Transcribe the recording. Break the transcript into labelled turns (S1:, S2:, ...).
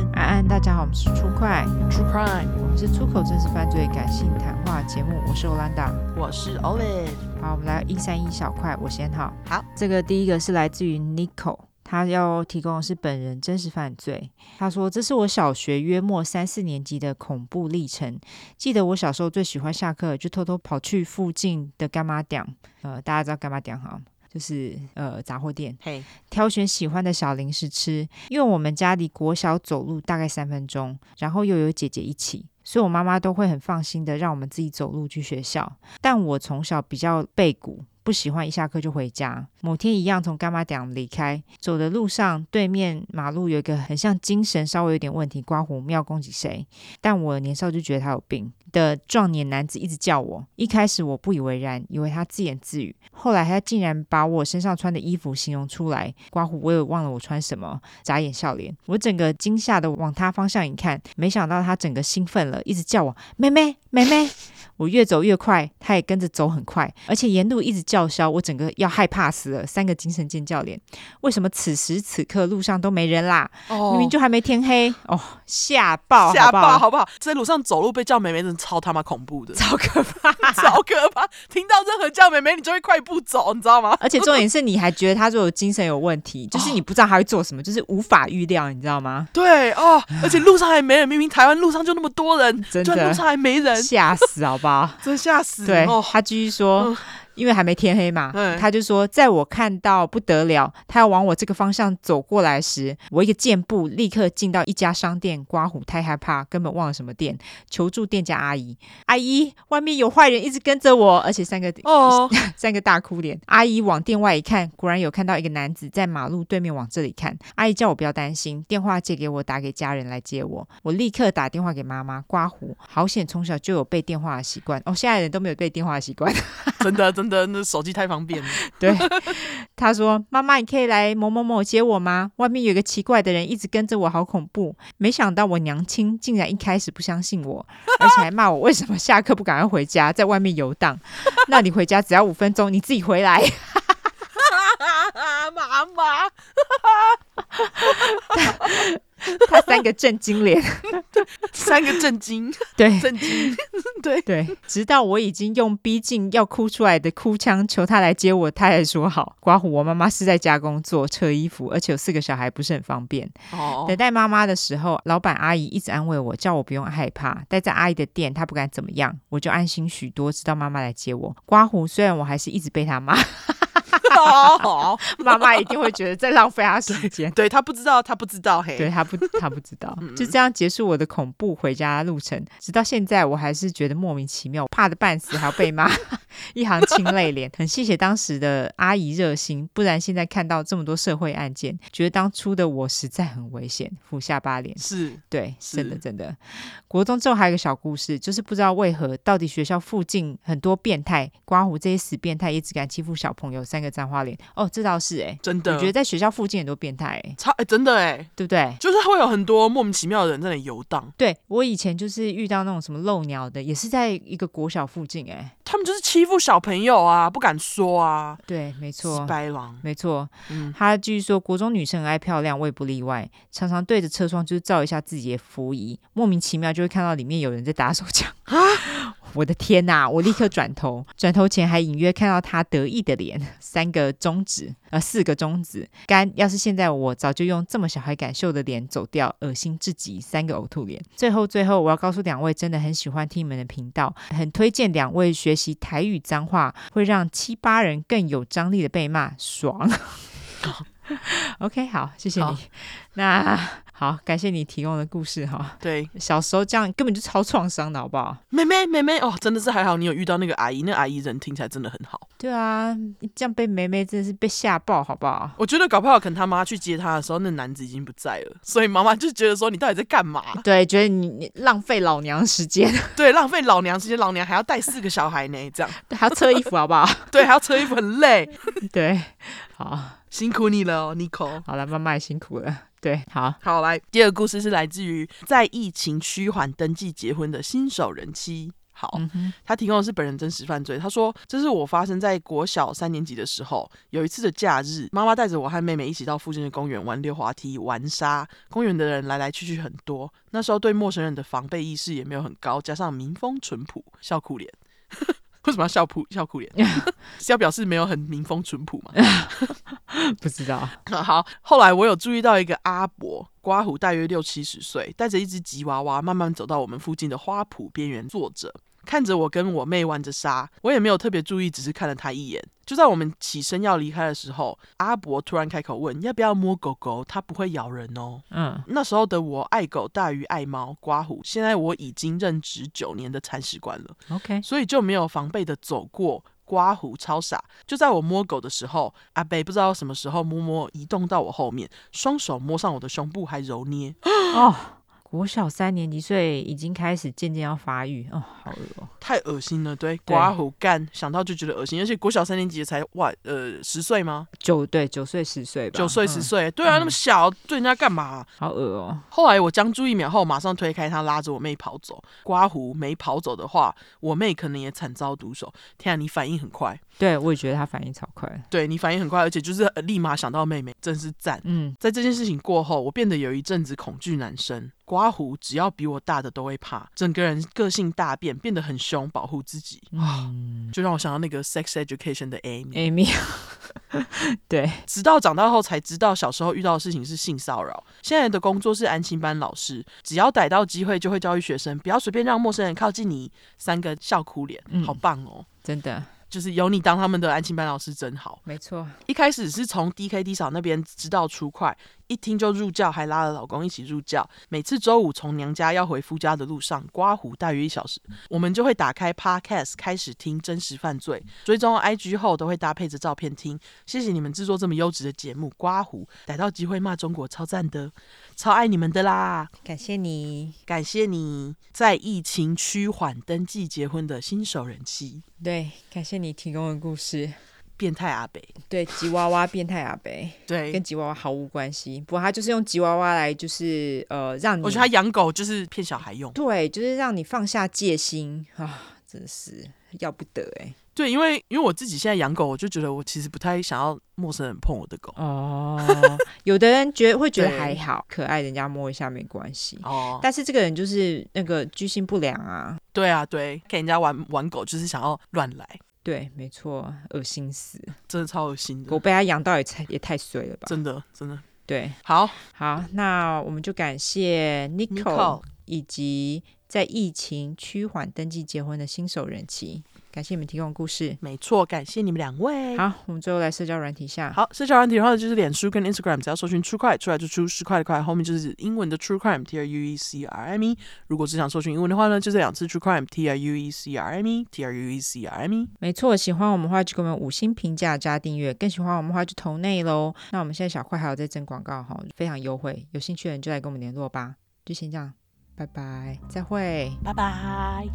S1: 我们是出快，
S2: True Crime，
S1: 我们是出口真实犯罪感性谈话节目，我是 Olanda。
S2: 我是 Olive。
S1: 好，我们来一三一小块，我先好。
S2: 好，
S1: 这个第一个是来自于 Nico，他要提供的是本人真实犯罪。他说：“这是我小学约莫三四年级的恐怖历程。记得我小时候最喜欢下课就偷偷跑去附近的干妈店，呃，大家知道干妈店哈，就是呃杂货店，
S2: 嘿，
S1: 挑选喜欢的小零食吃，因为我们家离国小走路大概三分钟，然后又有姐姐一起，所以我妈妈都会很放心的让我们自己走路去学校。但我从小比较背骨。不喜欢一下课就回家。某天一样从干妈店离开，走的路上，对面马路有一个很像精神稍微有点问题、刮胡妙攻击谁，但我年少就觉得他有病的壮年男子一直叫我。一开始我不以为然，以为他自言自语，后来他竟然把我身上穿的衣服形容出来，刮胡我也忘了我穿什么，眨眼笑脸。我整个惊吓的往他方向一看，没想到他整个兴奋了，一直叫我妹妹妹妹。我越走越快，他也跟着走很快，而且沿路一直叫嚣，我整个要害怕死了。三个精神尖叫脸，为什么此时此刻路上都没人啦？
S2: 哦
S1: 明明就还没天黑哦，吓爆，
S2: 吓爆
S1: 好不好
S2: 好不好？在路上走路被叫妹妹，真的超他妈恐怖的，
S1: 超可怕，
S2: 超可怕！听到任何叫妹妹，你就会快步走，你知道吗？
S1: 而且重点是，你还觉得他说有精神有问题，就是你不知道他会做什么，就是无法预料，你知 道吗？
S2: 对哦，而且路上还没人，明明台湾路上就那么多人，
S1: 真
S2: 居然
S1: 的
S2: 路上还没人，
S1: 吓死，好不好？
S2: 真吓死！
S1: 对
S2: 哦，，
S1: 他继续说
S2: 嗯，
S1: 因为还没天黑嘛
S2: 对，
S1: 他就说，在我看到不得了，他要往我这个方向走过来时，我一个箭步立刻进到一家商店刮胡，太害怕，根本忘了什么店，求助店家阿姨，阿姨，外面有坏人一直跟着我，而且三个
S2: 哦，
S1: 三个大哭脸。阿姨往店外一看，果然有看到一个男子在马路对面往这里看。阿姨叫我不要担心，电话借给我，打给家人来接我。我立刻打电话给妈妈，刮胡。好险，从小就有背电话的习惯。哦，现在人都没有背电话的习惯。
S2: 真的真的，那手机太方便了。
S1: 对，他说：“妈妈，你可以来某某某接我吗？外面有一个奇怪的人一直跟着我，好恐怖！”没想到我娘亲竟然一开始不相信我，而且还骂我为什么下课不赶快回家，在外面游荡。那你回家只要五分钟，你自己回来。
S2: 妈妈，
S1: 他三个震惊脸，
S2: 三个震惊，
S1: 对
S2: 震惊，对，
S1: 对，直到我已经用逼近要哭出来的哭腔求他来接我，他才说好。刮胡，我妈妈是在家工作扯衣服，而且有四个小孩，不是很方便。
S2: 哦，
S1: 等待妈妈的时候，老板阿姨一直安慰我，叫我不用害怕，待在阿姨的店，她不敢怎么样，我就安心许多，直到妈妈来接我。刮胡，虽然我还是一直被他骂，
S2: 哦，
S1: 妈妈一定会觉得在浪费她时间。
S2: 对他不知道，他不知道，嘿，
S1: 对他不，他不知道，就这样结束我的恐怖回家路程。直到现在，我还是觉得莫名其妙，怕的半死，还要被骂， 一行清泪脸。很谢谢当时的阿姨热心，不然现在看到这么多社会案件，觉得当初的我实在很危险，俯下巴脸。
S2: 是
S1: 对，真的
S2: 是
S1: 真的。国中之后还有一个小故事，就是不知道为何，到底学校附近很多变态、刮胡这些死变态也只敢欺负小朋友，三个脏花脸。哦，这倒是哎、
S2: 真
S1: 我
S2: 的，
S1: 觉得在学校附近很多变态、欸，
S2: 超、欸、真的哎，
S1: 对不对？
S2: 就是会有很多莫名其妙的人在那里游荡，
S1: 对我以前就是遇到那种什么漏鸟的，也是在一个国小附近、欸，哎，
S2: 他们就是欺负小朋友啊，不敢说啊，
S1: 对，没错。
S2: 白狼，
S1: 没错，
S2: 嗯，
S1: 他继续说，国中女生很爱漂亮，我也不例外，常常对着车窗就是照一下自己的服仪，莫名其妙就会看到里面有人在打手枪。 我的天呐、我立刻转头，转头前还隐约看到他得意的脸，三个中指，呃，四个中指。干，要是现在我早就用这么小孩敢秀的脸走掉，恶心至极，三个呕吐脸。最后，最后，我要告诉两位，真的很喜欢听你们的频道，很推荐两位学习台语脏话，会让七八人更有张力的被骂，爽。OK，好，谢谢你
S2: 好。
S1: 那好，感谢你提供的故事哈。
S2: 对，
S1: 小时候这样根本就超创伤的，好不好？
S2: 妹妹妹妹哦，真的是还好你有遇到那个阿姨，那阿姨人听起来真的很好，
S1: 对啊，这样被梅梅真的是被吓爆，好不好？
S2: 我觉得搞不好可能他妈去接她的时候，那男子已经不在了，所以妈妈就觉得说你到底在干嘛？
S1: 对，觉得你你浪费老娘时间，
S2: 对，浪费老娘时间，老娘还要带四个小孩呢，这样，
S1: 还要测衣服，好不好？
S2: 对，还要扯衣服，很累，
S1: 对，好，
S2: 辛苦你了哦，Nico。
S1: 好了，妈妈也辛苦了。对，好，
S2: 好，来，第二个故事是来自于在疫情趋缓登记结婚的新手人妻。好，
S1: 嗯哼，
S2: 他提供的是本人真实犯罪。他说，这是我发生在国小三年级的时候，有一次的假日，妈妈带着我和妹妹一起到附近的公园玩溜滑梯、玩沙。公园的人来来去去很多，那时候对陌生人的防备意识也没有很高，加上民风淳朴，笑哭脸。 为什么要笑哭笑哭脸？ 是要表示没有很民风淳朴嘛？
S1: 不知道，
S2: 好，后来我有注意到一个阿伯，刮胡大约六七十岁，带着一只吉娃娃，慢慢走到我们附近的花圃边缘坐着，看着我跟我妹玩着沙。我也没有特别注意，只是看了他一眼。就在我们起身要离开的时候，阿伯突然开口问：“要不要摸狗狗？它不会咬人哦。”
S1: 嗯，
S2: 那时候的我爱狗大于爱猫，刮胡。现在我已经任职九年的铲屎官了。
S1: OK，
S2: 所以就没有防备的走过。刮胡超傻，就在我摸狗的时候，阿贝不知道什么时候摸摸移动到我后面，双手摸上我的胸部，还揉捏。
S1: 哦，国小三年级，所以已经开始渐渐要发育，哦，好恶哦、
S2: 太恶心了，对，刮胡干，想到就觉得恶心。而且国小三年级才哇，呃，十岁吗？
S1: 九对九岁十岁吧，
S2: 九岁
S1: 嗯
S2: 十，岁，对啊，那么小，对人家干嘛、啊
S1: 好恶哦、
S2: 后来我僵住一秒后，马上推开他，拉着我妹跑走。刮胡没跑走的话，我妹可能也惨遭毒手。天啊，你反应很快，
S1: 对我也觉得他反应超快的，
S2: 对你反应很快，而且就是呃立马想到妹妹，真是赞。
S1: 嗯，
S2: 在这件事情过后，我变得有一阵子恐惧男生。刮胡只要比我大的都会怕，整个人个性大变，变得很凶，保护自己。
S1: 嗯
S2: 就让我想到那个 Sex Education 的 Amy，、
S1: ，Amy，对，
S2: 直到长大后才知道小时候遇到的事情是性骚扰。现在的工作是安亲班老师，只要逮到机会就会教育学生，不要随便让陌生人靠近你。三个笑哭脸，
S1: 嗯
S2: 好棒哦！
S1: 真的
S2: 就是有你当他们的安亲班老师真好。
S1: 没错，
S2: 一开始是从 D K D 嫂那边知道出快，一听就入教，还拉了老公一起入教。每次周五从娘家要回夫家的路上，刮胡大约一小时，我们就会打开 Podcast 开始听真实犯罪，追踪 I G 后都会搭配着照片听。谢谢你们制作这么优质的节目，刮胡逮到机会骂中国超赞的，超爱你们的啦！
S1: 感谢你，
S2: 感谢你在疫情趋缓登记结婚的新手人妻，
S1: 对，感谢你提供的故事，
S2: 变态阿北，
S1: 对，吉娃娃变态阿北。
S2: 对，
S1: 跟吉娃娃毫无关系。不过他就是用吉娃娃来，就是呃，让你
S2: 我觉得他养狗就是骗小孩用。
S1: 对，就是让你放下戒心啊，真是要不得哎、
S2: 对，因为因为我自己现在养狗，我就觉得我其实不太想要陌生人碰我的狗。
S1: 哦，有的人觉得会觉得
S2: 对
S1: 还好，可爱，人家摸一下没关系。
S2: 哦，
S1: 但是这个人就是那个居心不良啊，
S2: 对啊，对，给人家玩玩狗就是想要乱来，
S1: 对，没错，恶心死！
S2: 真的超恶心的
S1: 狗，被他养到也太也太衰了吧？
S2: 真的真的。
S1: 对，
S2: 好
S1: 好，那我们就感谢 Nico
S2: ，Nicole，
S1: 以及在疫情趋缓登记结婚的新手人妻，感谢你们提供的故事。
S2: 没错，感谢你们两位。
S1: 好，我们最后来社交软体下。
S2: 好，社交软体的话就是脸书跟 Instagram，只要搜寻 True Crime 出来就出十块的块，后面就是英文的 True Crime，T R U E C R I M E。如果只想搜寻英文的话呢，就是两次 True Crime，T R U E C R I M E，T R U E C R I M E。
S1: 没错，喜欢我们的话就给我们五星评价加订阅，更喜欢我们的话就投内喽。那我们现在小块还有在征广告哈，非常优惠，有兴趣的人就来跟我们联络吧。就先这样，拜拜，再会。
S2: 拜拜。